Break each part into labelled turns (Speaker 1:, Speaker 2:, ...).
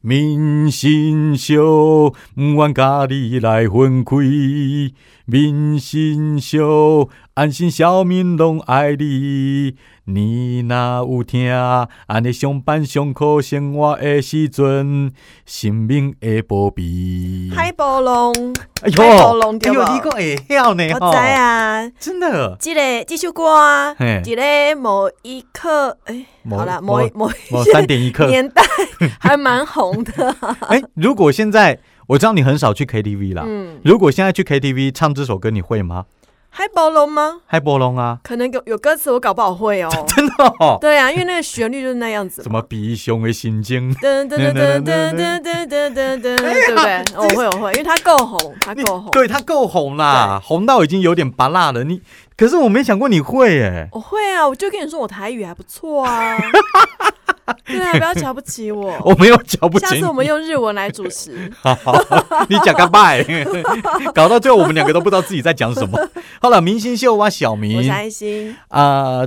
Speaker 1: 民心烧，毋愿甲你来分开。民心烧，安心小民拢爱你。你若有听，安尼上班上课生活的时阵，生命会保庇。
Speaker 2: 海波龙，
Speaker 1: 嗯哎
Speaker 2: 海波龙对
Speaker 1: 哎
Speaker 2: 无？
Speaker 1: 呦，你讲会晓呢？
Speaker 2: 我知
Speaker 1: 吼，
Speaker 2: 啊，
Speaker 1: 真的。
Speaker 2: 即个即首歌
Speaker 1: 嘿，
Speaker 2: 伫咧某一刻，哎，
Speaker 1: 某
Speaker 2: 好啦，某 一某
Speaker 1: 某
Speaker 2: 一
Speaker 1: 三点 一刻，
Speaker 2: 年代还蛮红 的。
Speaker 1: 哎，如果现在我知道你很少去 KTV 啦，
Speaker 2: 嗯，
Speaker 1: 如果现在去 KTV 唱这首歌，你会吗？
Speaker 2: 海波龙吗？
Speaker 1: 嗨，波龙啊，
Speaker 2: 可能有有歌词，我搞不好会哦。
Speaker 1: 真的哦，
Speaker 2: 对啊，因为那个旋律就是那样子嘛。
Speaker 1: 怎么比熊的心经？
Speaker 2: 噔噔噔噔噔噔噔噔噔， 对不对？我会我会，因为它够红，它
Speaker 1: 哎你
Speaker 2: 够红。
Speaker 1: 对他够红啦，红到已经有点拔辣了。你可是我没想过你会哎，
Speaker 2: 我会啊，我就跟你说，我台语还不错 啊。对啊，不要瞧不起我。
Speaker 1: 我没有瞧不
Speaker 2: 下
Speaker 1: 起
Speaker 2: 次我
Speaker 1: 你。
Speaker 2: 们用日文来主 持。
Speaker 1: 好好，你讲个拜， 搞到最后我们两个都不知道自己在讲什 么。好了，明星秀啊，小
Speaker 2: 我是
Speaker 1: 明啊、啊
Speaker 2: 安心，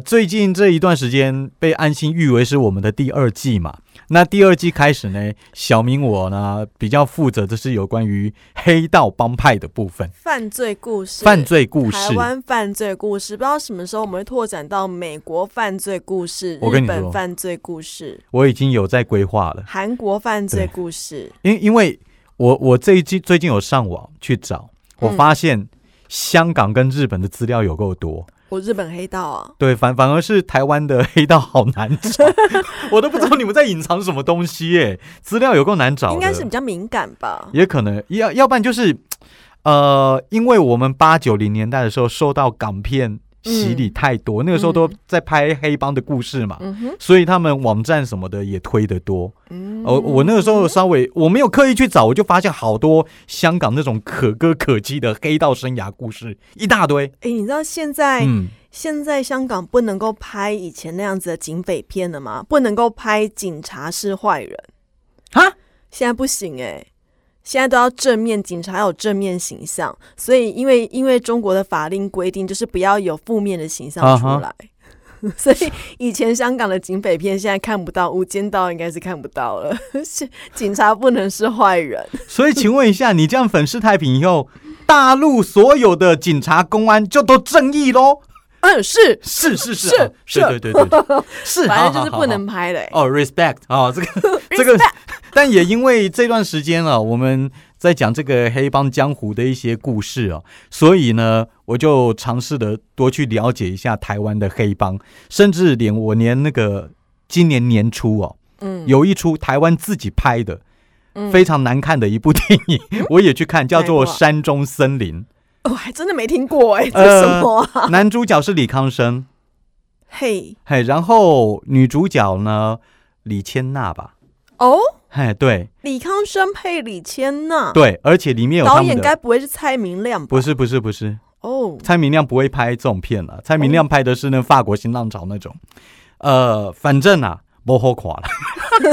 Speaker 1: 最近这一段时间被安心誉为是我们的第二季嘛。那第二季开始呢，小明我呢比较负责的是有关于黑道帮派的部分，
Speaker 2: 犯罪故事，
Speaker 1: 犯罪故
Speaker 2: 台
Speaker 1: 事。
Speaker 2: 湾犯罪故事，不知道什么时候我们会拓展到美国犯罪故事、
Speaker 1: 我跟
Speaker 2: 日
Speaker 1: 你说
Speaker 2: 本犯罪故事、
Speaker 1: 我已经有在规划了，
Speaker 2: 韩国犯罪
Speaker 1: 对
Speaker 2: 故事。
Speaker 1: 因因为我我这一季最近有上网去找，我
Speaker 2: 嗯
Speaker 1: 发现香港跟日本的资料有够多，
Speaker 2: 我日本黑道啊，
Speaker 1: 对，反反而是台湾的黑道好难找， 我都不知道你们在隐藏什么东西耶，资料有够难找的，嗯
Speaker 2: 应该是比较敏感 吧。
Speaker 1: 也可能要要不然就是，呃，因为我们八九零年代的时候受到港片洗礼太多，那个时候都
Speaker 2: 嗯
Speaker 1: 在拍黑帮的故事嘛，
Speaker 2: 嗯哼，
Speaker 1: 所以他们网站什么的也推得多。
Speaker 2: 嗯
Speaker 1: 哦，我那个时候稍微我没有刻意去找，我就发现好多香港那种可歌可泣的黑道生涯故事一大堆。
Speaker 2: 哎、你知道现在、
Speaker 1: 嗯，
Speaker 2: 现在香港不能够拍以前那样子的警匪片了吗？不能够拍警察是坏人，
Speaker 1: 哈，
Speaker 2: 现在不行哎、现在都要正面，警察要有正面形象，所以因为因为中国的法令规定，就是不要有负面的形象
Speaker 1: 啊
Speaker 2: 出
Speaker 1: 哈
Speaker 2: 来。 所以以前香港的警匪片现在看不到，《无间道》应该是看不到了。 是警察不能是坏人，
Speaker 1: 所以请问一下，你这样粉饰太平以后，大陆所有的警察、公安就都正义喽？
Speaker 2: 嗯，是，
Speaker 1: 哎是是是
Speaker 2: 是
Speaker 1: 啊
Speaker 2: 是
Speaker 1: 对对对对 对，是，
Speaker 2: 反正
Speaker 1: 好
Speaker 2: 就是不。能拍了、欸。
Speaker 1: 好好好哦，respect 哦，这 个这个， 但也因为这段时间啊，我们在讲这个黑帮江湖的一些故事啊，所以呢，我就尝试的多去了解一下台湾的黑帮，甚至连我连那个今年年初哦、
Speaker 2: 嗯，
Speaker 1: 有一出台湾自己拍的
Speaker 2: 嗯
Speaker 1: 非常难看的一部电影，我也去看，叫做
Speaker 2: 哪一部
Speaker 1: 《
Speaker 2: 啊
Speaker 1: 山中森林
Speaker 2: 我还真的没听过哎、欸，这
Speaker 1: 呃
Speaker 2: 什么啊、》，
Speaker 1: 男主角是李康生，
Speaker 2: 嘿，
Speaker 1: 嘿，然后女主角呢李千娜吧，
Speaker 2: 哦，
Speaker 1: 嘿，对
Speaker 2: 李康生配李千娜，
Speaker 1: 对，而且里面有
Speaker 2: 导
Speaker 1: 他们
Speaker 2: 演该
Speaker 1: 的。
Speaker 2: 不会是蔡明亮吧？
Speaker 1: 不是不是不是，
Speaker 2: 哦，
Speaker 1: 蔡明亮不会拍这种片了、蔡明亮拍的是那法国新浪潮那种，呃，反正啊，不好垮了。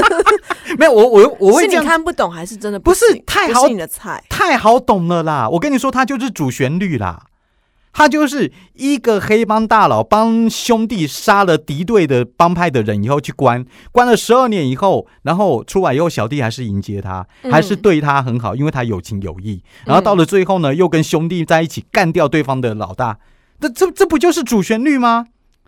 Speaker 1: 没有，我我我
Speaker 2: 是
Speaker 1: 会
Speaker 2: 你
Speaker 1: 这样，
Speaker 2: 看不懂还是真的
Speaker 1: 不
Speaker 2: 行
Speaker 1: 是太
Speaker 2: 不
Speaker 1: 好
Speaker 2: 是你的菜？
Speaker 1: 太好懂了啦！我跟你说，它就是主旋律啦，它就是一个黑帮大佬帮兄弟杀了敌对的帮派的人以后去关，关了十二年以后，然后出来以后，小弟还是迎接他，
Speaker 2: 嗯
Speaker 1: 还是对他很好，因为他有情有义。然后到了最后呢，又跟兄弟在一起干掉对方的老大。那这这不就是主旋律吗？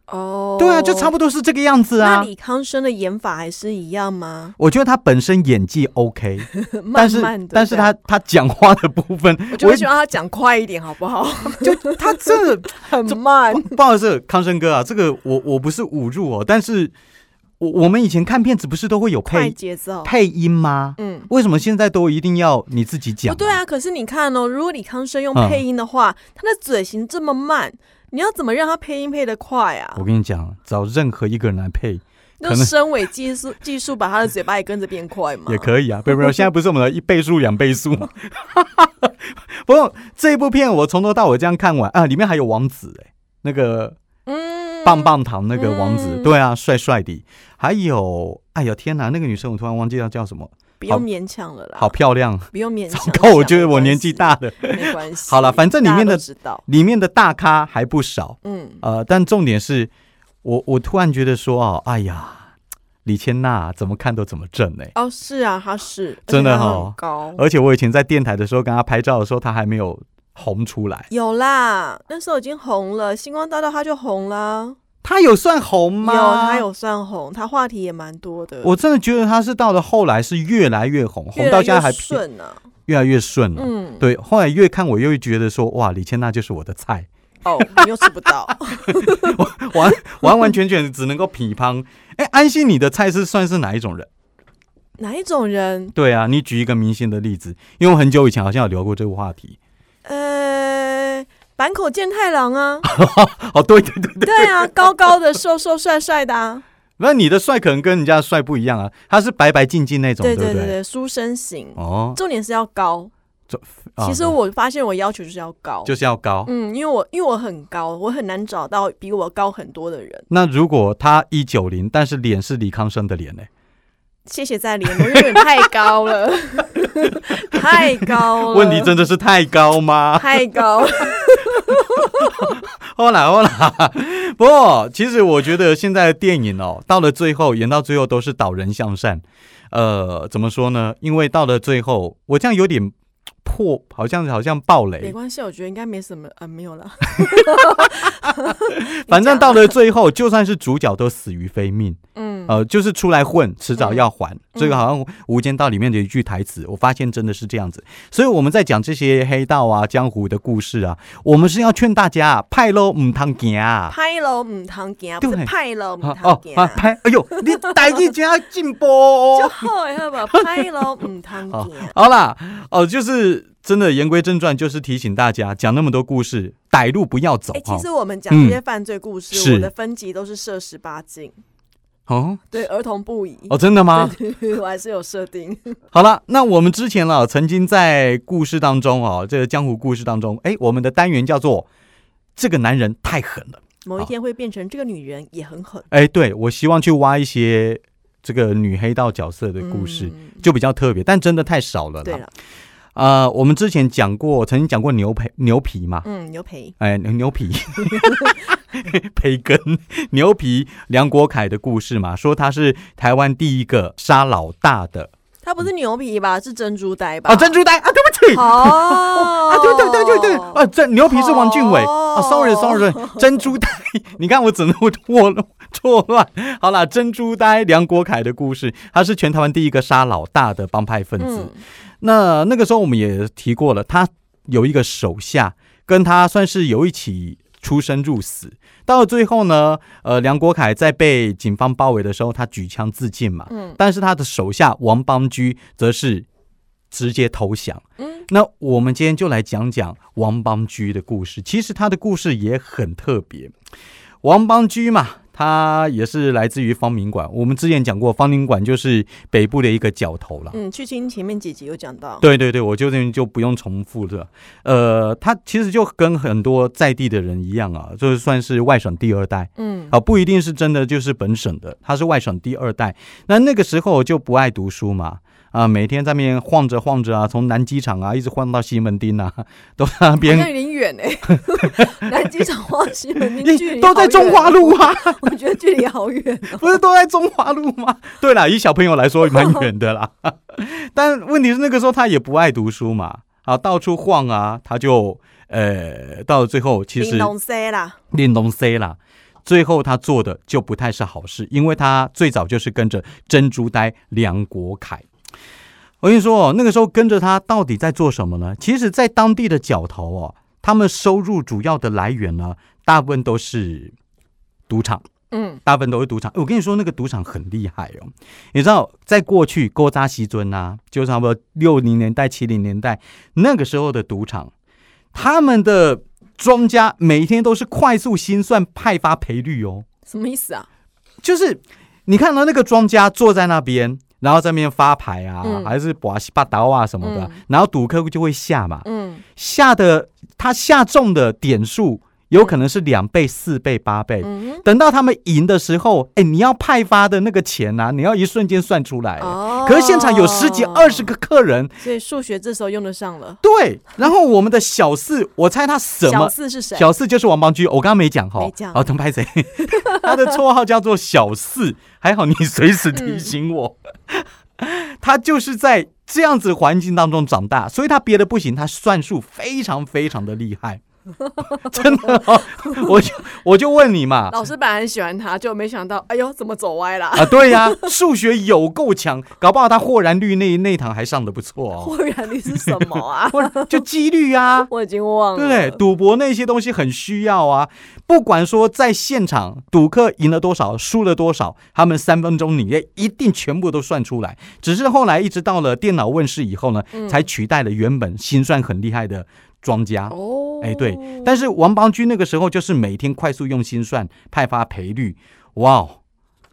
Speaker 2: 哦，
Speaker 1: 对啊，就差不多是这个样子
Speaker 2: 那
Speaker 1: 啊。
Speaker 2: 李康生的演法还是一 样吗？
Speaker 1: 我觉得他本身演技 OK，但
Speaker 2: 慢
Speaker 1: 是
Speaker 2: 慢的，
Speaker 1: 但是他他讲话的部分，
Speaker 2: 我就会希望他讲快一点，好不 好？
Speaker 1: 就他这
Speaker 2: 很慢，
Speaker 1: 不好意思，康生哥啊，这个我我不是侮辱哦，但是我我们以前看片子不是都会有
Speaker 2: 快
Speaker 1: 配
Speaker 2: 节奏。
Speaker 1: 配音吗？
Speaker 2: 嗯，
Speaker 1: 为什么现在都一定要你自己讲、
Speaker 2: 不对，啊。可是你看哦，如果李康生用
Speaker 1: 嗯
Speaker 2: 配音的话，他的嘴型这么慢，你要怎么让他配音配得快啊
Speaker 1: 我？跟你讲，找任何一个人来配
Speaker 2: 那
Speaker 1: 可能
Speaker 2: 声尾技术 技术把他的嘴巴也跟着变快嘛？
Speaker 1: 也可以啊。不不，现在不是我们的一倍速、两倍 速吗？不用这一部片，我从头到尾这样看完啊，里面还有王子哎、那个
Speaker 2: 嗯，
Speaker 1: 棒棒糖那个王子，
Speaker 2: 嗯
Speaker 1: 对啊，帅帅的。还有，哎呦天哪，那个女生我突然忘记她叫什么，
Speaker 2: 不用勉强了啦，
Speaker 1: 好漂亮。
Speaker 2: 不用勉
Speaker 1: 糟
Speaker 2: 强。
Speaker 1: 糕，我觉得我年纪大了。
Speaker 2: 没关系。
Speaker 1: 好了反正里面的
Speaker 2: 大家都知道，
Speaker 1: 里面的大咖还不少，
Speaker 2: 嗯，
Speaker 1: 哦呃，但重点是我我突然觉得说啊，哎呀，李千娜怎么看都怎么正哎、
Speaker 2: 哦，是啊，他是
Speaker 1: 真的
Speaker 2: 而且他
Speaker 1: 哦
Speaker 2: 很高。
Speaker 1: 而且我以前在电台的时候跟她拍照的时候，她还没有红出来。
Speaker 2: 有啦，那时候已经红了，星光大道他就红啦。
Speaker 1: 她有算红
Speaker 2: 有，
Speaker 1: 吗？
Speaker 2: 他。有算红，他话题也蛮多的。
Speaker 1: 我真的觉得她是到了后来是越来越红，
Speaker 2: 越
Speaker 1: 红
Speaker 2: 来
Speaker 1: 到
Speaker 2: 越
Speaker 1: 现在还偏
Speaker 2: 顺啊，
Speaker 1: 越来越顺了。
Speaker 2: 嗯，
Speaker 1: 对，后来越看我又觉得说，哇，李千娜就是我的菜，
Speaker 2: 哦，你又吃不到，
Speaker 1: 完完完全全只能够匹乓。哎，安心，你的菜是算是哪一种人？
Speaker 2: 哪一种人？
Speaker 1: 对啊，你举一个明星的例子，因为我很久以前好像有聊过这个话题。
Speaker 2: 呃，坂口健太郎啊，
Speaker 1: 哦，对 对对，
Speaker 2: 对啊，高高的、瘦瘦、帅帅的啊，
Speaker 1: 那你的帅可能跟人家的帅不一样啊，他是白白净净那种，
Speaker 2: 对
Speaker 1: 不
Speaker 2: 对对对，书生型，
Speaker 1: 哦，
Speaker 2: 重点是要高。
Speaker 1: 啊
Speaker 2: 其实我发现我要求就是要高，
Speaker 1: 就是要高。
Speaker 2: 嗯，因为我因为我很高，我很难找到比我高很多的人。
Speaker 1: 那如果他一九零，但是脸是李康生的脸呢、
Speaker 2: 谢谢再联盟，因为你太高 了，太高了。
Speaker 1: 问题真的是太高吗？
Speaker 2: 太 高了，
Speaker 1: 后来后来，不过其实我觉得现在的电影哦，到了最后演到最后都是导人向善。呃，怎么说呢？因为到了最后，我这样有点破，好像好像暴
Speaker 2: 没
Speaker 1: 雷。
Speaker 2: 关系，我觉得应该没什么，呃，没有了。
Speaker 1: 反正到了最后，就算是主角都死于非命。
Speaker 2: 嗯，
Speaker 1: 呃，就是出来混，迟早要还。这个
Speaker 2: 嗯
Speaker 1: 好像《无间道》里面的一句台词，我发现真的是这样子。所以我们在讲这些黑道啊、江湖的故事啊，我们是要劝大家啊派喽唔通行啊。
Speaker 2: 拍楼唔通行，不
Speaker 1: 对
Speaker 2: 是派楼唔
Speaker 1: 啊
Speaker 2: 通
Speaker 1: 哦
Speaker 2: 行。
Speaker 1: 啊拍！ 哎呦，你台语真进步哦
Speaker 2: 就。好诶，好无歹咯，唔通
Speaker 1: 好
Speaker 2: 行。
Speaker 1: 好啦，哦、就是真的言归正传，就是提醒大家，讲那么多故事，歹路不要走
Speaker 2: 哎、
Speaker 1: 哦
Speaker 2: 其实我们讲这些犯罪故事，
Speaker 1: 是
Speaker 2: 我的分级都是设十八禁，
Speaker 1: 哦
Speaker 2: 对儿童不宜。
Speaker 1: 哦，真的吗？
Speaker 2: 对对对我还是有设定。
Speaker 1: 好了，那我们之前了，曾经在故事当中哦，这个江湖故事当中，哎，我们的单元叫做“这个男人太狠了
Speaker 2: 某一天会变成这个女人也很狠”。。
Speaker 1: 哎，对我希望去挖一些这个女黑道角色的故事，
Speaker 2: 嗯
Speaker 1: 就比较特别，但真的太少了
Speaker 2: 对
Speaker 1: 啦。
Speaker 2: 了，
Speaker 1: 啊、我们之前讲过，曾经讲过牛皮牛皮嘛，
Speaker 2: 嗯，牛培，
Speaker 1: 哎，牛牛皮。 培根牛皮梁国凯的故事嘛，说他是台湾第一个杀老大的
Speaker 2: 他不是牛皮吧？是珍珠呆吧？
Speaker 1: 哦，珍珠呆嗯啊，对不起，
Speaker 2: 哦，
Speaker 1: 啊，对对对对对，啊，这牛皮是王俊伟
Speaker 2: 哦
Speaker 1: 啊，sorry sorry，珍 珠呆，你看我整的我错错乱。好啦，珍珠呆梁国凯的故事，他是全台湾第一个杀老大的帮派分子。
Speaker 2: 嗯，
Speaker 1: 那那个时候我们也提过了，他有一个手下跟他算是有一起出生入死。到了最后呢，呃，梁国凯在被警方包围的时候，他举枪自尽嘛。
Speaker 2: 嗯
Speaker 1: 但是他的手下王邦居则是直接投降。
Speaker 2: 嗯，
Speaker 1: 那我们今天就来讲讲王邦居的故事。其实他的故事也很特别。王邦居嘛，他也是来自于方明馆。我们之前讲过，方明馆就是北部的一个角头啦。
Speaker 2: 嗯，去听前面几集有讲到，
Speaker 1: 对对对，我就这边就不用重复了。呃，他其实就跟很多在地的人一样啊，就是算是外省第二代。
Speaker 2: 嗯
Speaker 1: 啊，不一定是真的就是本省的，他是外省第二代。那那个时候就不爱读书嘛，啊，每天在那边晃着晃着啊，从南机场啊一直晃到西门町啊，都在那
Speaker 2: 好
Speaker 1: 边
Speaker 2: 像。有 点远哎，南机场花西门町距
Speaker 1: 咦
Speaker 2: 离
Speaker 1: 都在
Speaker 2: 好远
Speaker 1: 中华路啊，
Speaker 2: 我觉得距离好远 哦。
Speaker 1: 不是都在中华路吗？ 对啦，以小朋友来说蛮远的啦。 但问题是那个时候他也不爱读书嘛，啊，到处晃啊，他就呃，到了最后其实
Speaker 2: 玲珑 C 啦，
Speaker 1: 练东 C 啦。最后他做的就不太是好事，因为他最早就是跟着珍珠呆梁国凯。我跟你说哦，那个时候跟着他到底在做什么呢？其实，在当地的角头哦，他们收入主要的来源呢，大部分都是赌场，
Speaker 2: 嗯，
Speaker 1: 大部分都是赌场。我跟你说，那个赌场很厉害哦。你知道，在过去勾扎西尊啊，就差不多六零年代、七零年代那个时候的赌场，他们的庄家每天都是快速心算派发赔率哦，
Speaker 2: 什么意思啊？
Speaker 1: 就是你看到那个庄家坐在那边。然后在那边发牌啊，
Speaker 2: 嗯
Speaker 1: 还是把西巴刀啊什么的，
Speaker 2: 嗯
Speaker 1: 然后赌客就会下嘛，
Speaker 2: 嗯，
Speaker 1: 下的他下中的点数有可能是两倍、四倍、八倍。
Speaker 2: 嗯
Speaker 1: 等到他们赢的时候，哎，你要派发的那个钱呐、你要一瞬间算出来。
Speaker 2: 哼，哦
Speaker 1: 哎可是现场有十几、二十，个客人，
Speaker 2: 所以数学这时候用得上了。
Speaker 1: 对。然后我们的小四，我猜他什
Speaker 2: 小
Speaker 1: 么？
Speaker 2: 四是谁？
Speaker 1: 小四就是王邦居，我刚刚没讲哈
Speaker 2: 没，讲
Speaker 1: 哦，等拍谁？ 他的绰号叫做小四，还好你随时提醒我。 他就是在这样子环境当中长大，所以他别的不行，他算术非常非常的厉 害，真的、哦。我就我就问你嘛，
Speaker 2: 老师本来很喜欢他，就没想到，哎呦，怎么走歪了？
Speaker 1: 啊，对呀、数学有够强，搞不好他豁然率那那一堂还上的不错哦，
Speaker 2: 豁然率是什 么啊？
Speaker 1: 或者就几率啊，
Speaker 2: 我已经忘
Speaker 1: 对
Speaker 2: 了。
Speaker 1: 不对？赌博那些东西很需要啊，不管说在现场赌客赢了多少，输了多少，他们三分钟里面一定全部都算出来。只是后来一直到了电脑问世以后呢，
Speaker 2: 嗯
Speaker 1: 才取代了原本心算很厉害的庄家。
Speaker 2: 哦，
Speaker 1: 哎，对，但是王邦居那个时候就是每天快速用心算派发赔率，哇哦！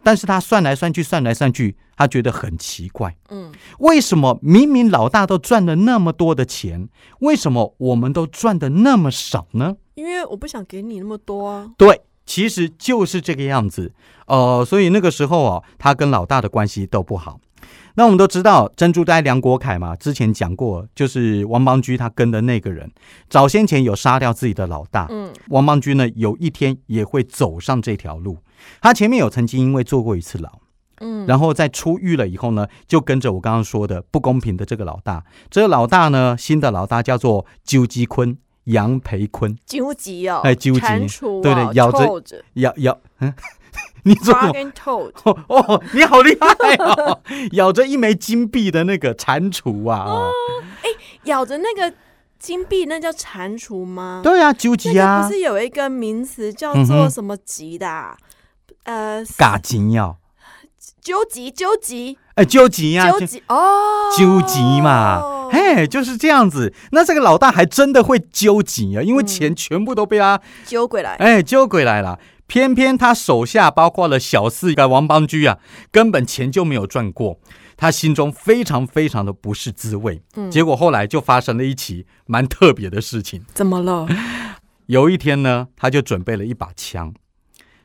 Speaker 1: 但是他算来算去，算来算去，他觉得很奇怪，
Speaker 2: 嗯，
Speaker 1: 为什么明明老大都赚了那么多的钱，为什么我们都赚的那么少呢？
Speaker 2: 因为我不想给你那么多啊。
Speaker 1: 对，其实就是这个样子。呃，所以那个时候哦，他跟老大的关系都不好。那我们都知道珍珠呆梁国凯嘛，之前讲过，就是王邦居他跟的那个人，早先前有杀掉自己的老大，
Speaker 2: 嗯
Speaker 1: 王邦军呢，有一天也会走上这条路。他前面有曾经因为坐过一次牢，
Speaker 2: 嗯，
Speaker 1: 然后在出狱了以后呢，就跟着我刚刚说的不公平的这个老大。这个老大呢，新的老大叫做鸠基坤，杨培坤，
Speaker 2: 纠集哦，
Speaker 1: 哎纠集
Speaker 2: 蟾蜍哦
Speaker 1: 对对咬着
Speaker 2: 透着
Speaker 1: 咬咬，嗯，你怎
Speaker 2: frog
Speaker 1: 么？
Speaker 2: and toad，
Speaker 1: 哦哦，你好厉害哦！咬着一枚金币的那个蟾蜍啊，哦，
Speaker 2: 咬着那个金币，那叫蟾蜍吗？
Speaker 1: 对啊，纠
Speaker 2: 那
Speaker 1: 集
Speaker 2: 个
Speaker 1: 啊
Speaker 2: 不，是有一个名词叫
Speaker 1: 嗯
Speaker 2: 做
Speaker 1: 哼
Speaker 2: 什么集的啊、
Speaker 1: 嗯
Speaker 2: 呃，
Speaker 1: 嘎金要，
Speaker 2: 纠集纠集
Speaker 1: 哎，纠集啊，
Speaker 2: 纠集哦，
Speaker 1: 纠集嘛，嘿，就是这样子。那这个老大还真的会纠集啊，因为
Speaker 2: 嗯
Speaker 1: 钱全部都被他
Speaker 2: 纠鬼来，
Speaker 1: 哎纠鬼来了。偏偏他手下包括了小四个王邦居啊，根本钱就没有赚过，他心中非常非常的不是滋味。
Speaker 2: 嗯
Speaker 1: 结果后来就发生了一起蛮特别的事情。
Speaker 2: 怎么 了？
Speaker 1: 有一天呢，他就准备了一把枪，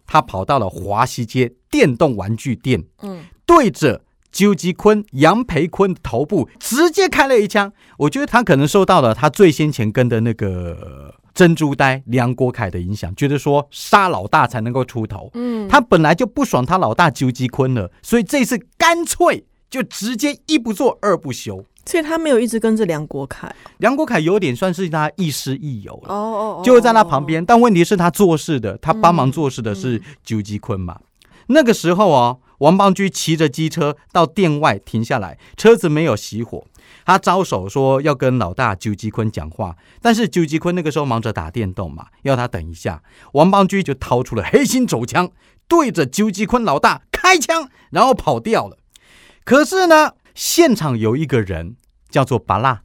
Speaker 1: 他跑到了华西街电动玩具店，
Speaker 2: 嗯，
Speaker 1: 对着鸠吉坤、杨培坤的头部直接开了一枪。我觉得他可能受到了他最先前跟的那个珍珠呆梁国凯的影响，觉得说杀老大才能够出头。
Speaker 2: 嗯，
Speaker 1: 他本来就不爽他老大鸠吉坤了，所以这次干脆就直接一不做二不休。
Speaker 2: 所以他没有一直跟着梁国凯
Speaker 1: 梁国凯有点算是他亦师亦友
Speaker 2: 哦
Speaker 1: 了。
Speaker 2: 哦，哦
Speaker 1: 就在他旁，边，但问题是，他做事的，他帮忙做事的
Speaker 2: 嗯
Speaker 1: 是鸠吉坤嘛。那个时候哦，王邦居骑着机车到店外停下来，车子没有熄火，他招手说要跟老大鸠吉坤讲话，但是鸠吉坤那个时候忙着打电动嘛，要他等一下。王邦居就掏出了黑心手枪，对着鸠吉坤老大开枪，然后跑掉了。可是呢，现场有一个人叫做巴拉，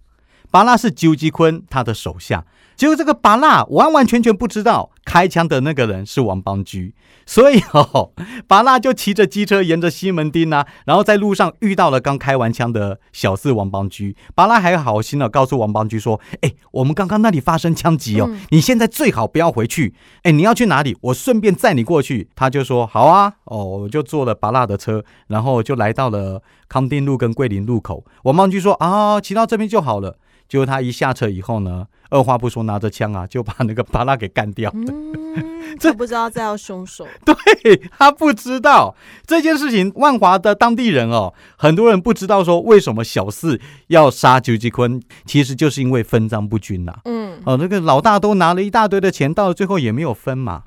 Speaker 1: 巴拉是鸠吉坤他的手下，结果这个巴拉完完全全不知道开枪的那个人是王邦居，所以哦，巴拉就骑着机车沿着西门町啊，然后在路上遇到了刚开完枪的小四王邦居。巴拉还好心的告诉王邦居说：“哎，我们刚刚那里发生枪击哦，
Speaker 2: 嗯
Speaker 1: 你现在最好不要回去。哎，你要去哪里？我顺便载你过去。”他就说：“好啊，哦，我就坐了巴拉的车，然后就来到了康定路跟桂林路口。”王邦居说：“啊，骑到这边就好了。”结果他一下车以后呢，二话不说拿着枪啊，就把那个巴拉给干掉。
Speaker 2: 嗯，
Speaker 1: 这
Speaker 2: 他不知道在要凶手，
Speaker 1: 嘿，他不知道这件事情，万华的当地人哦，很多人不知道说为什么小四要杀九吉坤，其实就是因为分赃不均呐、
Speaker 2: 嗯
Speaker 1: 哦，那个老大都拿了一大堆的钱，到了最后也没有分嘛。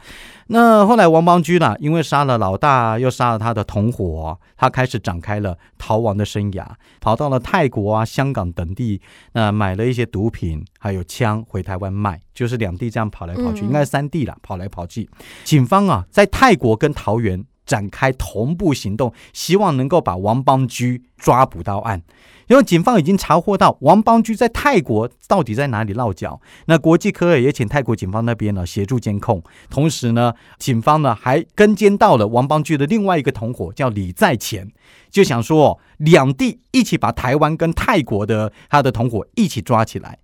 Speaker 1: 那后来王邦居呢，因为杀了老大，又杀了他的同伙，他开始展开了逃亡的生涯，跑到了泰国啊、香港等地，那、买了一些毒品，还有枪回台湾卖，就是两地这样跑来跑去，
Speaker 2: 嗯
Speaker 1: 应该是三地啦，跑来跑去。警方啊，在泰国跟桃园展开同步行动，希望能够把王邦居抓捕到案。因为警方已经查获到王邦居在泰国到底在哪里落脚，那国际科也请泰国警方那边呢协助监控，同时呢，警方呢还跟监到了王邦居的另外一个同伙叫李在前，就想说哦两地一起把台湾跟泰国的他的同伙一起抓起来，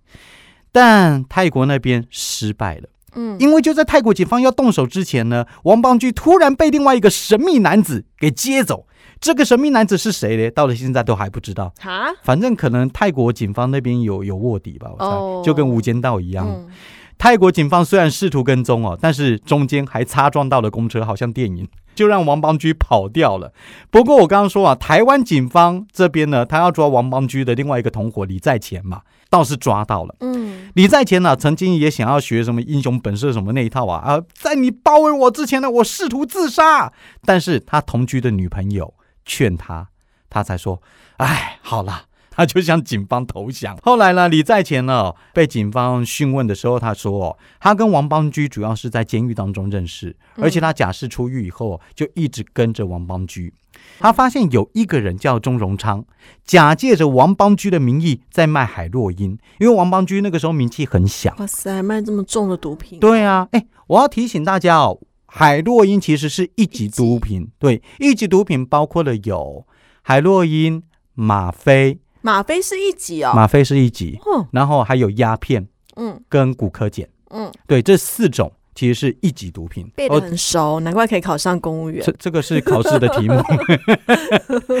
Speaker 1: 但泰国那边失败了。
Speaker 2: 嗯，
Speaker 1: 因为就在泰国警方要动手之前呢，王邦居突然被另外一个神秘男子给接走。这个神秘男子是谁呢？到了现在都还不知道。
Speaker 2: 哈，
Speaker 1: 反正可能泰国警方那边有有卧底吧，我猜，
Speaker 2: 哦
Speaker 1: 就跟《无间道》一样。
Speaker 2: 嗯，
Speaker 1: 泰国警方虽然试图跟踪哦，但是中间还擦撞到了公车，好像电影， 就让王邦居跑掉了。不过我刚刚说啊，台湾警方这边呢，他要抓王邦居的另外一个同伙李在前嘛，倒是抓到了。
Speaker 2: 嗯，
Speaker 1: 李在前呢、曾经也想要学什么英雄本色什么那一套啊啊，在你包围我之前呢，我试图自杀，但是他同居的女朋友劝他，他才说，哎，好啦。他就向警方投降。后来呢，李在前呢被警方讯问的时候，他说、哦，他跟王邦居主要是在监狱当中认识，
Speaker 2: 嗯
Speaker 1: 而且他假释出狱以后就一直跟着王邦居。他发现有一个人叫钟荣昌，假借着王邦居的名义在卖海洛因，因为王邦居那个时候名气很响。
Speaker 2: 哇塞，卖这么重的毒品，
Speaker 1: 对啊，哎，我要提醒大家哦，海洛因其实是一级毒品，对，一级毒品包括了有海洛因、吗啡，
Speaker 2: 吗啡是一级哦，
Speaker 1: 吗啡是一级，
Speaker 2: 哦，
Speaker 1: 然后还有鸦片
Speaker 2: 嗯
Speaker 1: 跟骨科碱，
Speaker 2: 嗯，
Speaker 1: 对，这四种其实是一级毒品。哦
Speaker 2: 背得很熟，难怪可以考上公务员
Speaker 1: 这。这个是考试的题 目。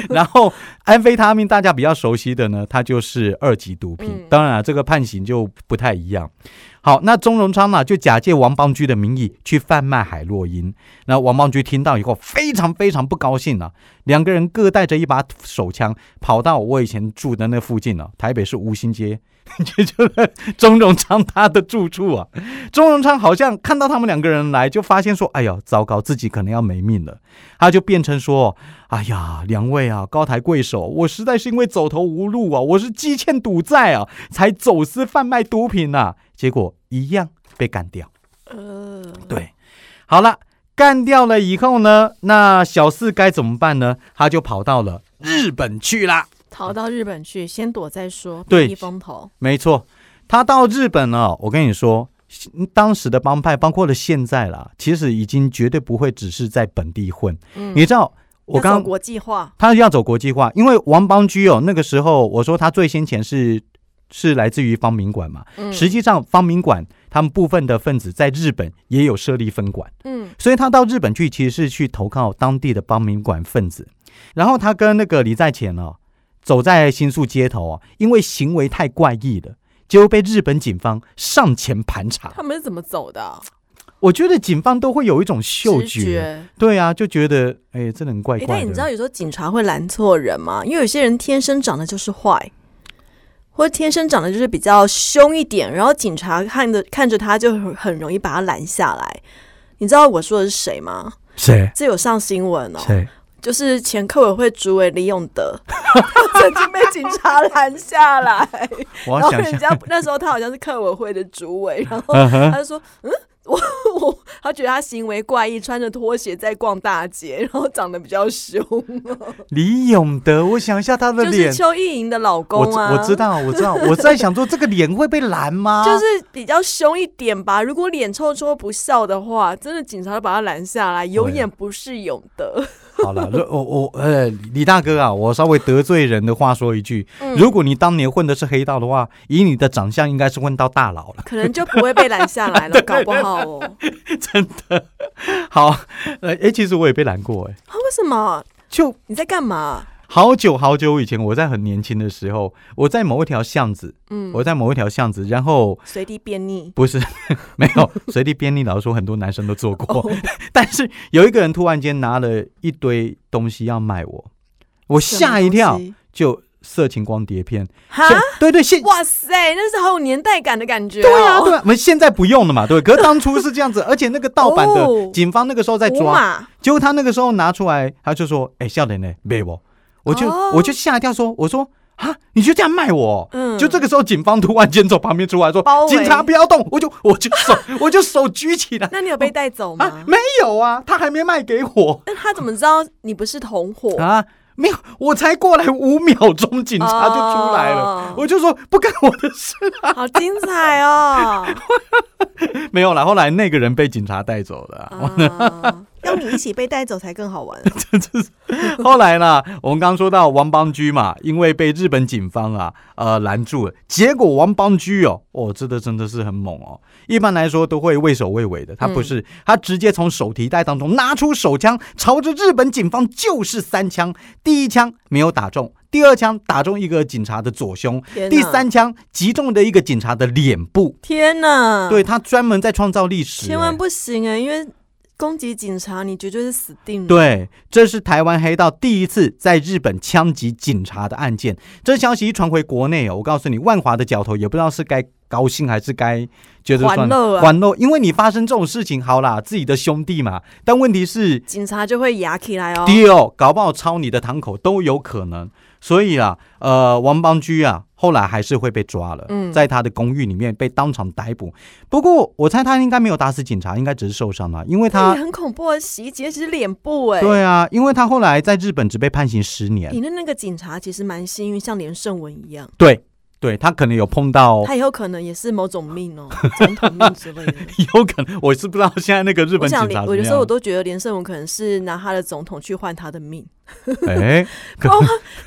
Speaker 1: 然后安非他命大家比较熟悉的呢，它就是二级毒品。
Speaker 2: 嗯
Speaker 1: 当然、啊，这个判刑就不太一样。好，那钟荣昌呢、就假借王邦居的名义去贩卖海洛因。那王邦居听到以后，非常非常不高兴啊！两个人各带着一把手枪，跑到我以前住的那附近了、台北市吴兴街， 这就是钟荣昌他的住处啊。钟荣昌好像看到他们两个人来，就发现说：“哎呀，糟糕，自己可能要没命了。”他就变成说：“哎呀，两位啊，高抬贵手，我实在是因为走投无路啊，我是积欠赌债啊，才走私贩卖毒品呐、啊。”结果一样被干掉。
Speaker 2: 呃，
Speaker 1: 对，好了，干掉了以后呢，那小四该怎么办呢？他就跑到了日本去啦。
Speaker 2: 逃到日本去，先躲再说，
Speaker 1: 对
Speaker 2: 避风头。
Speaker 1: 没错，他到日本了、我跟你说。当时的帮派，包括了现在啦，其实已经绝对不会只是在本地混。
Speaker 2: 嗯
Speaker 1: 你知道，我
Speaker 2: 要走
Speaker 1: 刚
Speaker 2: 国际化，
Speaker 1: 他要走国际化，因为王邦居哦，那个时候我说他最先前是是来自于方明馆嘛，
Speaker 2: 嗯
Speaker 1: 实际上方明馆他们部分的分子在日本也有设立分馆，
Speaker 2: 嗯
Speaker 1: 所以他到日本去其实是去投靠当地的方明馆分子，然后他跟那个李在前哦，走在新宿街头哦，因为行为太怪异了。结果被日本警方上前盘查，
Speaker 2: 他们是怎么走的啊？
Speaker 1: 我觉得警方都会有一种嗅
Speaker 2: 直觉。
Speaker 1: 对啊，就觉得哎，这人怪
Speaker 2: 哎、
Speaker 1: 怪的。
Speaker 2: 但你知道有时候警察会拦错人吗？因为有些人天生长得就是坏，或者天生长得就是比较凶一点，然后警察看着看着他就很很容易把他拦下来。你知道我说的是谁吗？
Speaker 1: 谁
Speaker 2: 这有上新闻哦，
Speaker 1: 谁？
Speaker 2: 就是前客委会主委李永德， 他曾经被警察拦下来，
Speaker 1: 我要
Speaker 2: 然后
Speaker 1: 想
Speaker 2: 人
Speaker 1: 象。
Speaker 2: 家那时候他好像是客委会的主委，然后
Speaker 1: 嗯哼
Speaker 2: 他就说，嗯， 我我，他觉得他行为怪异，穿着拖鞋在逛大街，然后长得比较凶，
Speaker 1: 李永德，我想一下他的
Speaker 2: 就是
Speaker 1: 脸，
Speaker 2: 邱意莹的老
Speaker 1: 我
Speaker 2: 公
Speaker 1: 知
Speaker 2: 啊
Speaker 1: 我知。道，我知道，我在想说这个脸会被拦吗？
Speaker 2: 就是比较凶一点吧，如果脸臭臭不笑的话，真的警察都把他拦下来，有眼不识永德。
Speaker 1: 好了，如 我我呃，李大哥啊，我稍微得罪人的话说一句，
Speaker 2: 嗯
Speaker 1: 如果你当年混的是黑道的话，以你的长相应该是混到大佬了，
Speaker 2: 可能就不会被拦下来了，搞不好哦。
Speaker 1: 真的。好，呃，哎，其实我也被拦过，哎，
Speaker 2: 啊，为什么？
Speaker 1: 就
Speaker 2: 你在干嘛？
Speaker 1: 好久好久以前，我在很年轻的时候，我在某一条巷子，
Speaker 2: 嗯，
Speaker 1: 我在某一条巷子，然后
Speaker 2: 随地便溺。
Speaker 1: 不是， 没有随地便利。老实说，很多男生都做过，
Speaker 2: 哦
Speaker 1: 但是有一个人突然间拿了一堆东西要卖我，我吓一
Speaker 2: 什么
Speaker 1: 跳
Speaker 2: 东，西！
Speaker 1: 就色情光碟片。
Speaker 2: 哈，
Speaker 1: 现对对，现
Speaker 2: 哇塞，那是好有年代感的感觉、哦。
Speaker 1: 对啊，对啊，我们现在不用了嘛，对。可是当初是这样子，而且那个盗版的
Speaker 2: 哦
Speaker 1: 警方那个时候在
Speaker 2: 五
Speaker 1: 抓，
Speaker 2: 马
Speaker 1: 结果他那个时候拿出来，他就说：“哎，笑脸呢，卖我。”我就
Speaker 2: 哦
Speaker 1: 我就吓一跳，说：“我说啊，你就这样卖我？”
Speaker 2: 嗯，
Speaker 1: 就这个时候，警方突然间从旁边出来说
Speaker 2: 包：“围
Speaker 1: 警察不要动！”我就 我就手我就手举起来，
Speaker 2: 那你有被带走吗？
Speaker 1: 啊，没有啊，他还没卖给我
Speaker 2: 那他怎么知道你不是同伙？
Speaker 1: 啊，没有，我才过来五秒钟，警察就出来了。
Speaker 2: 哦
Speaker 1: 我就说不干我的 事，
Speaker 2: 好精彩哦！
Speaker 1: 没有啦。后来那个人被警察带走了啊、
Speaker 2: 啊要你一起被带走才更好玩啊、
Speaker 1: 后来呢，我们刚刚说到王邦居嘛，因为被日本警方啊呃拦住了，结果王邦居哦，哦，这个真的是很猛哦。一般来说都会畏首畏尾的，他不
Speaker 2: 嗯
Speaker 1: 是，他直接从手提袋当中拿出手枪，朝着日本警方就是三枪，第一枪没有打中。第二枪打中一个警察的左胸，
Speaker 2: 天哪
Speaker 1: 第三枪击中的一个警察的脸部。
Speaker 2: 天哪！
Speaker 1: 对，他专门在创造历史、
Speaker 2: 嗯 千万
Speaker 1: 哎
Speaker 2: 不行哎、因为攻击警察，你绝对是死定了。，
Speaker 1: 对，这是台湾黑道第一次在日本枪击警察的案件。这消息一传回国内哦，我告诉你，万华的角头也不知道是该高兴还是该觉得
Speaker 2: 还
Speaker 1: 算
Speaker 2: 漏啊
Speaker 1: 还漏，因为你发生这种事情，好啦，自己的兄弟嘛。但问题是，
Speaker 2: 警察就会压起来哦。
Speaker 1: 第二、搞不好抄你的堂口都有可能。所以啊，呃，王邦居啊，后来还是会被抓了，
Speaker 2: 嗯
Speaker 1: 在他的公寓里面被当场逮捕。不过我猜他应该没有打死警察，应该只是受伤了，因为
Speaker 2: 那
Speaker 1: 他
Speaker 2: 哎也很恐怖啊！袭击其实脸部哎、
Speaker 1: 对啊，因为他后来在日本只被判刑十
Speaker 2: 你
Speaker 1: 年。
Speaker 2: 的那个警察其实蛮幸运，像连胜文一样，
Speaker 1: 对，对他可能有碰 到，
Speaker 2: 他以后可能也是某种命哦，总统命之类的。
Speaker 1: 有可能我是不知道现在那个日
Speaker 2: 我
Speaker 1: 本警
Speaker 2: 想
Speaker 1: 察
Speaker 2: 连，
Speaker 1: 怎
Speaker 2: 我
Speaker 1: 么
Speaker 2: 有时候
Speaker 1: 样
Speaker 2: 我。都觉得连胜文可能是拿他的总统去换他的命。
Speaker 1: 哎，可
Speaker 2: 哦，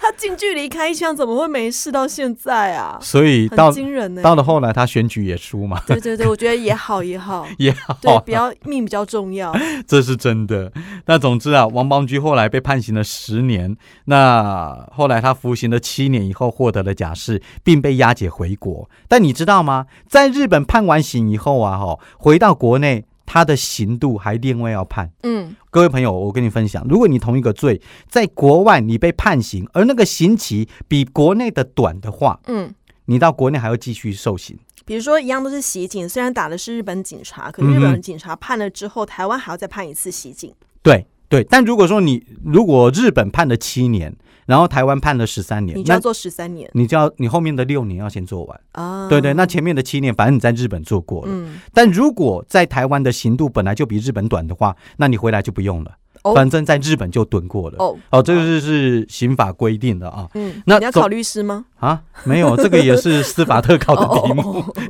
Speaker 2: 他近距离开枪怎么会没事到现在啊？
Speaker 1: 所以到
Speaker 2: 很惊人呢、欸
Speaker 1: 到了后来他选举也输嘛，
Speaker 2: 对对对，我觉得也好也好，
Speaker 1: 也 好啊
Speaker 2: 对，比较命比较重要。
Speaker 1: 这是真的。那总之啊，王邦居后来被判刑了十年，那后来他服刑了七年以后获得了假释，并被押解回国。但你知道吗？在日本判完刑以后啊，哈，回到国内他的刑度还另外要判。
Speaker 2: 嗯，
Speaker 1: 各位朋友，我跟你分享，如果你同一个罪在国外你被判刑，而那个刑期比国内的短的话，
Speaker 2: 嗯，
Speaker 1: 你到国内还要继续受刑。
Speaker 2: 比如说一样都是袭警，虽然打的是日本警察，可是
Speaker 1: 嗯哼
Speaker 2: 日本警察判了之后，台湾还要再判一次袭警。
Speaker 1: 对对，但如果说你如果日本判了七年，然后台湾判了十三年，
Speaker 2: 你就
Speaker 1: 那
Speaker 2: 要做十三年
Speaker 1: 你就要你后面的六年要先做完。
Speaker 2: 啊！
Speaker 1: 对对，那前面的七年反正你在日本做过了，
Speaker 2: 嗯，
Speaker 1: 但如果在台湾的刑度本来就比日本短的话，那你回来就不用了，
Speaker 2: 哦
Speaker 1: 反正在日本就蹲过了。
Speaker 2: 哦，
Speaker 1: 哦，这个是是刑法规定的啊
Speaker 2: 嗯，
Speaker 1: 那
Speaker 2: 你要
Speaker 1: 走
Speaker 2: 考律师吗？
Speaker 1: 啊，没有，这个也是司法特考的
Speaker 2: 哦 哦
Speaker 1: 题目。
Speaker 2: 哦哦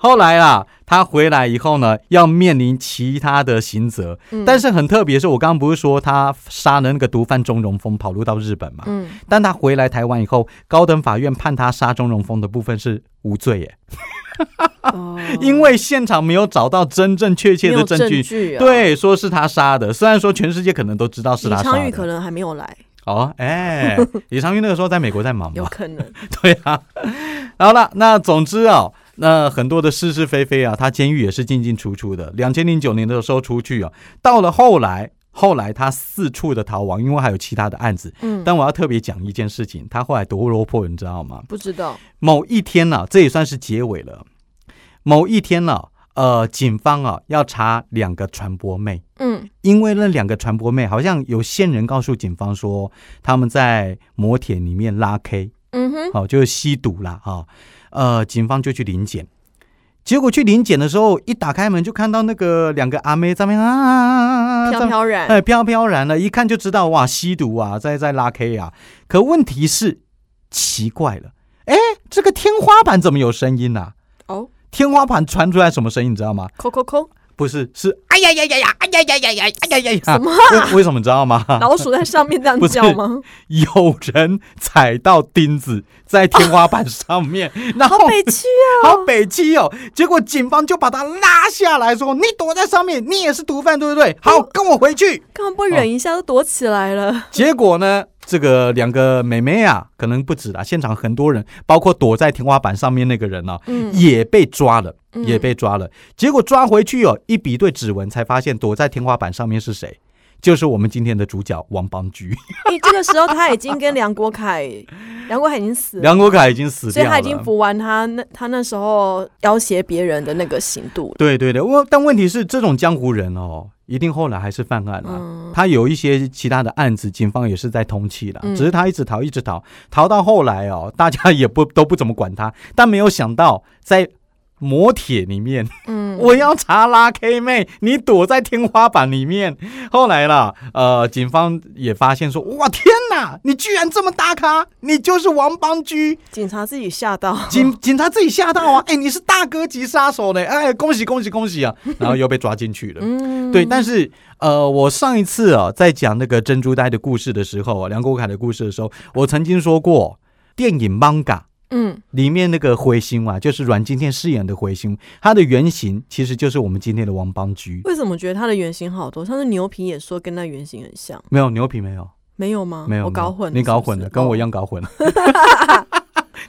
Speaker 1: 后来啦，他回来以后呢，要面临其他的刑责，
Speaker 2: 嗯
Speaker 1: 但是很特别，是我刚刚不是说他杀了那个毒贩钟荣峰，跑路到日本嘛？
Speaker 2: 嗯，
Speaker 1: 但他回来台湾以后，高等法院判他杀钟荣峰的部分是无罪耶，
Speaker 2: 哦
Speaker 1: 因为现场没有找到真正确切
Speaker 2: 没
Speaker 1: 的
Speaker 2: 有
Speaker 1: 证
Speaker 2: 证
Speaker 1: 据。
Speaker 2: 据啊。
Speaker 1: 对，说是他杀的，虽然说全世界可能都知道是
Speaker 2: 李
Speaker 1: 他
Speaker 2: 昌
Speaker 1: 杀
Speaker 2: 钰可
Speaker 1: 的。
Speaker 2: 能还没有来，
Speaker 1: 哦，哎，李昌钰那个时候在美国在忙
Speaker 2: 有
Speaker 1: 嘛，
Speaker 2: 可能。
Speaker 1: 对啊。好了，那总之哦，那很多的是是非非啊，他监狱也是进进出出的。两千零九年的时候出去啊，到了后来，后来他四处的逃亡，因为还有其他的案子。
Speaker 2: 嗯，
Speaker 1: 但我要特别讲一件事情，他后来多落魄，你知道吗？
Speaker 2: 不知道。
Speaker 1: 某一天呢、这也算是结尾了。某一天呢、呃，警方啊要查两个传播妹，
Speaker 2: 嗯
Speaker 1: 因为那两个传播妹好像有线人告诉警方说他们在摩铁里面拉 K，
Speaker 2: 嗯哼，
Speaker 1: 好、哦就是吸毒啦啊、呃，警方就去临检。结果去临检的时候，一打开门就看到那个两个阿妹在那边啊啊啊啊啊啊，
Speaker 2: 飘飘然。
Speaker 1: 哎，飘飘然了，一看就知道哇，吸毒啊，在在拉 K 啊。可问题是，奇怪了，哎，这个天花板怎么有声音啊？
Speaker 2: 哦，
Speaker 1: 天花板传出来什么声音，你知道吗？
Speaker 2: 扣扣扣，
Speaker 1: 不是，是哎呀呀呀呀，哎呀呀呀呀，哎呀呀呀！什么、
Speaker 2: 啊
Speaker 1: 为为什么你知道吗？
Speaker 2: 老鼠在上面这样
Speaker 1: 啊不是哦
Speaker 2: 叫吗？
Speaker 1: 有人踩到钉子在天花板上面，然后
Speaker 2: 好委屈啊！
Speaker 1: 好北气哦！结果警方就把他拉下来说：“你躲在上面，你也是毒贩，对不对？好，
Speaker 2: 嗯
Speaker 1: 跟我回去。”
Speaker 2: 干嘛不
Speaker 1: 哦
Speaker 2: 忍一下就躲起 来了？
Speaker 1: 结果呢，这个两个妹妹啊，可能不止啦，现场很多人，包括躲在天花板上面那个人呢、
Speaker 2: 嗯
Speaker 1: 也被抓了，
Speaker 2: 嗯
Speaker 1: 也被抓了。结果抓回去哦，一比对指纹，才发现躲在天花板上面是谁。就是我们今天的主角王邦居，
Speaker 2: 你这个时候他已经跟梁国凯， 梁国凯已经死了，
Speaker 1: 梁国凯已经死
Speaker 2: 所
Speaker 1: 掉
Speaker 2: 以
Speaker 1: 了，
Speaker 2: 他已经服完他那他那时候要挟别人的那个刑度了。
Speaker 1: 对对对，我但问题是，这种江湖人哦，一定后来还是犯案了、
Speaker 2: 嗯
Speaker 1: 他有一些其他的案子，警方也是在通缉了，
Speaker 2: 嗯
Speaker 1: 只是他一直逃，一直逃，逃到后来哦，大家也不都不怎么管他，但没有想到在磨铁里面，
Speaker 2: 嗯，
Speaker 1: 我要查拉 K 妹，你躲在天花板里面。后来啦，呃，警方也发现说，哇，天哪，你居然这么大咖，你就是王邦居。
Speaker 2: 警察自己吓到，
Speaker 1: 警 警察自己吓到啊，哎、你是大哥级杀手呢，哎，恭喜恭喜恭喜啊！然后又被抓进去了。
Speaker 2: 嗯，
Speaker 1: 对，但是呃，我上一次啊，在讲那个珍珠呆的故事的时候啊，梁国凯的故事的时候，我曾经说过，电影《manga》
Speaker 2: 嗯
Speaker 1: 里面那个灰星啊，就是阮经天饰演的灰星，他的原型其实就是我们今天的王邦居。
Speaker 2: 为什么觉得他的原型好多？上次牛皮也说跟那原型很像，
Speaker 1: 没有牛皮没有
Speaker 2: 没有吗？
Speaker 1: 没有，
Speaker 2: 嗯
Speaker 1: 没有
Speaker 2: 我搞混了，
Speaker 1: 你搞混了，
Speaker 2: 是不是哦
Speaker 1: 跟我一。样搞 混了。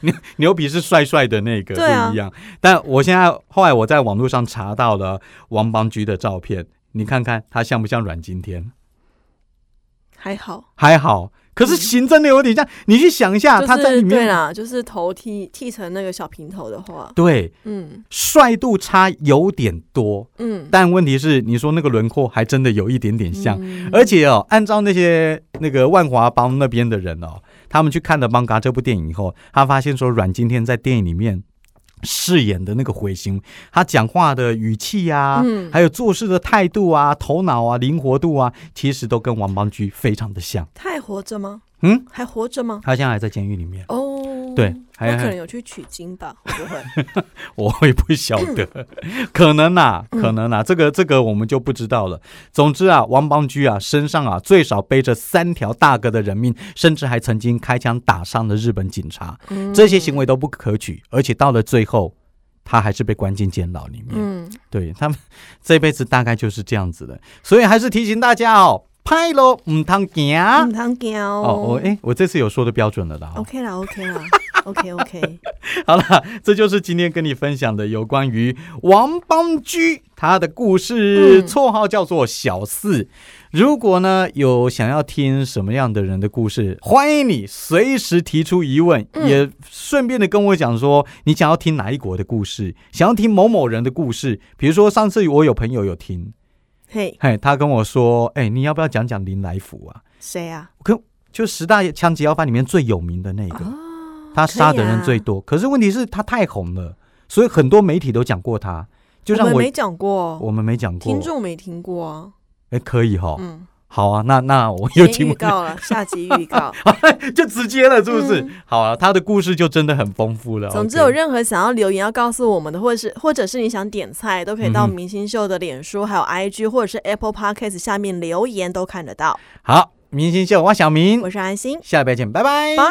Speaker 1: 牛牛皮是帅帅的那个，
Speaker 2: 对啊
Speaker 1: 不一样。但我现在后来我在网络上查到了王邦居的照片，你看看他像不像阮经天？
Speaker 2: 哦还好，
Speaker 1: 还好，可是型真的有点像。你去想一下，
Speaker 2: 就是
Speaker 1: 啊他在里
Speaker 2: 对
Speaker 1: 面
Speaker 2: 啦，就是头剃剃成那个小平头的话，
Speaker 1: 对
Speaker 2: 嗯
Speaker 1: 帅度差有点多，
Speaker 2: 嗯，
Speaker 1: 但问题是，你说那个轮廓还真的有一点点像。
Speaker 2: 嗯
Speaker 1: 而且哦，按照那些那个万华帮那边的人哦，他们去看了《邦嘎》这部电影以后，他发现说阮经天在电影里面饰演的那个回形，他讲话的语气啊，
Speaker 2: 嗯
Speaker 1: 还有做事的态度啊、头脑啊、灵活度啊，其实都跟王邦居非常的像。
Speaker 2: 他还活着吗？
Speaker 1: 嗯，
Speaker 2: 还活着吗？
Speaker 1: 他现在还在监狱里面。
Speaker 2: 哦，
Speaker 1: 对
Speaker 2: 他
Speaker 1: 还
Speaker 2: 可能有去取经吧，会不会？
Speaker 1: 我也不晓得，可能呐、
Speaker 2: 嗯
Speaker 1: 可能呐、啊这个这个我们就不知道了。总之啊，王邦居啊身上啊最少背着三条大哥的人命，甚至还曾经开枪打伤了日本警察，
Speaker 2: 嗯
Speaker 1: 这些行为都不可取，而且到了最后。他还是被关进监牢里面，
Speaker 2: 嗯，
Speaker 1: 对他们这辈子大概就是这样子的，所以还是提醒大家哦，拍咯，唔通行
Speaker 2: 嗯，汤饺
Speaker 1: 哦，我诶，我这次有说的标准了啦、哦。
Speaker 2: ，OK 啦 ，OK 啦，OK OK，
Speaker 1: 好了，这就是今天跟你分享的有关于王邦居他的故事，
Speaker 2: 嗯
Speaker 1: 绰号叫做小四。如果呢有想要听什么样的人的故事，欢迎你随时提出疑问，
Speaker 2: 嗯
Speaker 1: 也顺便的跟我讲说你想要听哪一国的故事，想要听某某人的故事。比如说上次我有朋友有听，
Speaker 2: 嘿，
Speaker 1: 嘿，他跟我说，哎，你要不要讲讲林来福啊？
Speaker 2: 谁啊？
Speaker 1: 就十大枪击要犯里面最有名的那个。
Speaker 2: 哦，
Speaker 1: 他杀的人
Speaker 2: 可以
Speaker 1: 最
Speaker 2: 啊，
Speaker 1: 多。可是问题是，他太红了，所以很多媒体都讲过他，就
Speaker 2: 我
Speaker 1: 像
Speaker 2: 们
Speaker 1: 我
Speaker 2: 没讲过，哦
Speaker 1: 我们没讲过
Speaker 2: 听。众没听过啊，
Speaker 1: 哎，可以哈，
Speaker 2: 嗯，
Speaker 1: 好啊，那那我有
Speaker 2: 先
Speaker 1: 请
Speaker 2: 预
Speaker 1: 问，
Speaker 2: 告了，下集预告。
Speaker 1: 就直接了，是不是？
Speaker 2: 嗯
Speaker 1: 好啊，他的故事就真的很丰富了。
Speaker 2: 总之，
Speaker 1: OK
Speaker 2: 有任何想要留言要告诉我们的，或者是或者是你想点菜，都可以到
Speaker 1: 嗯哼
Speaker 2: 明星秀的脸书、还有 IG，或者是 Apple Podcast 下面留言都看得到。
Speaker 1: 好，明星秀，我小明
Speaker 2: 我，是安心，
Speaker 1: 下礼拜见，拜拜，
Speaker 2: 拜。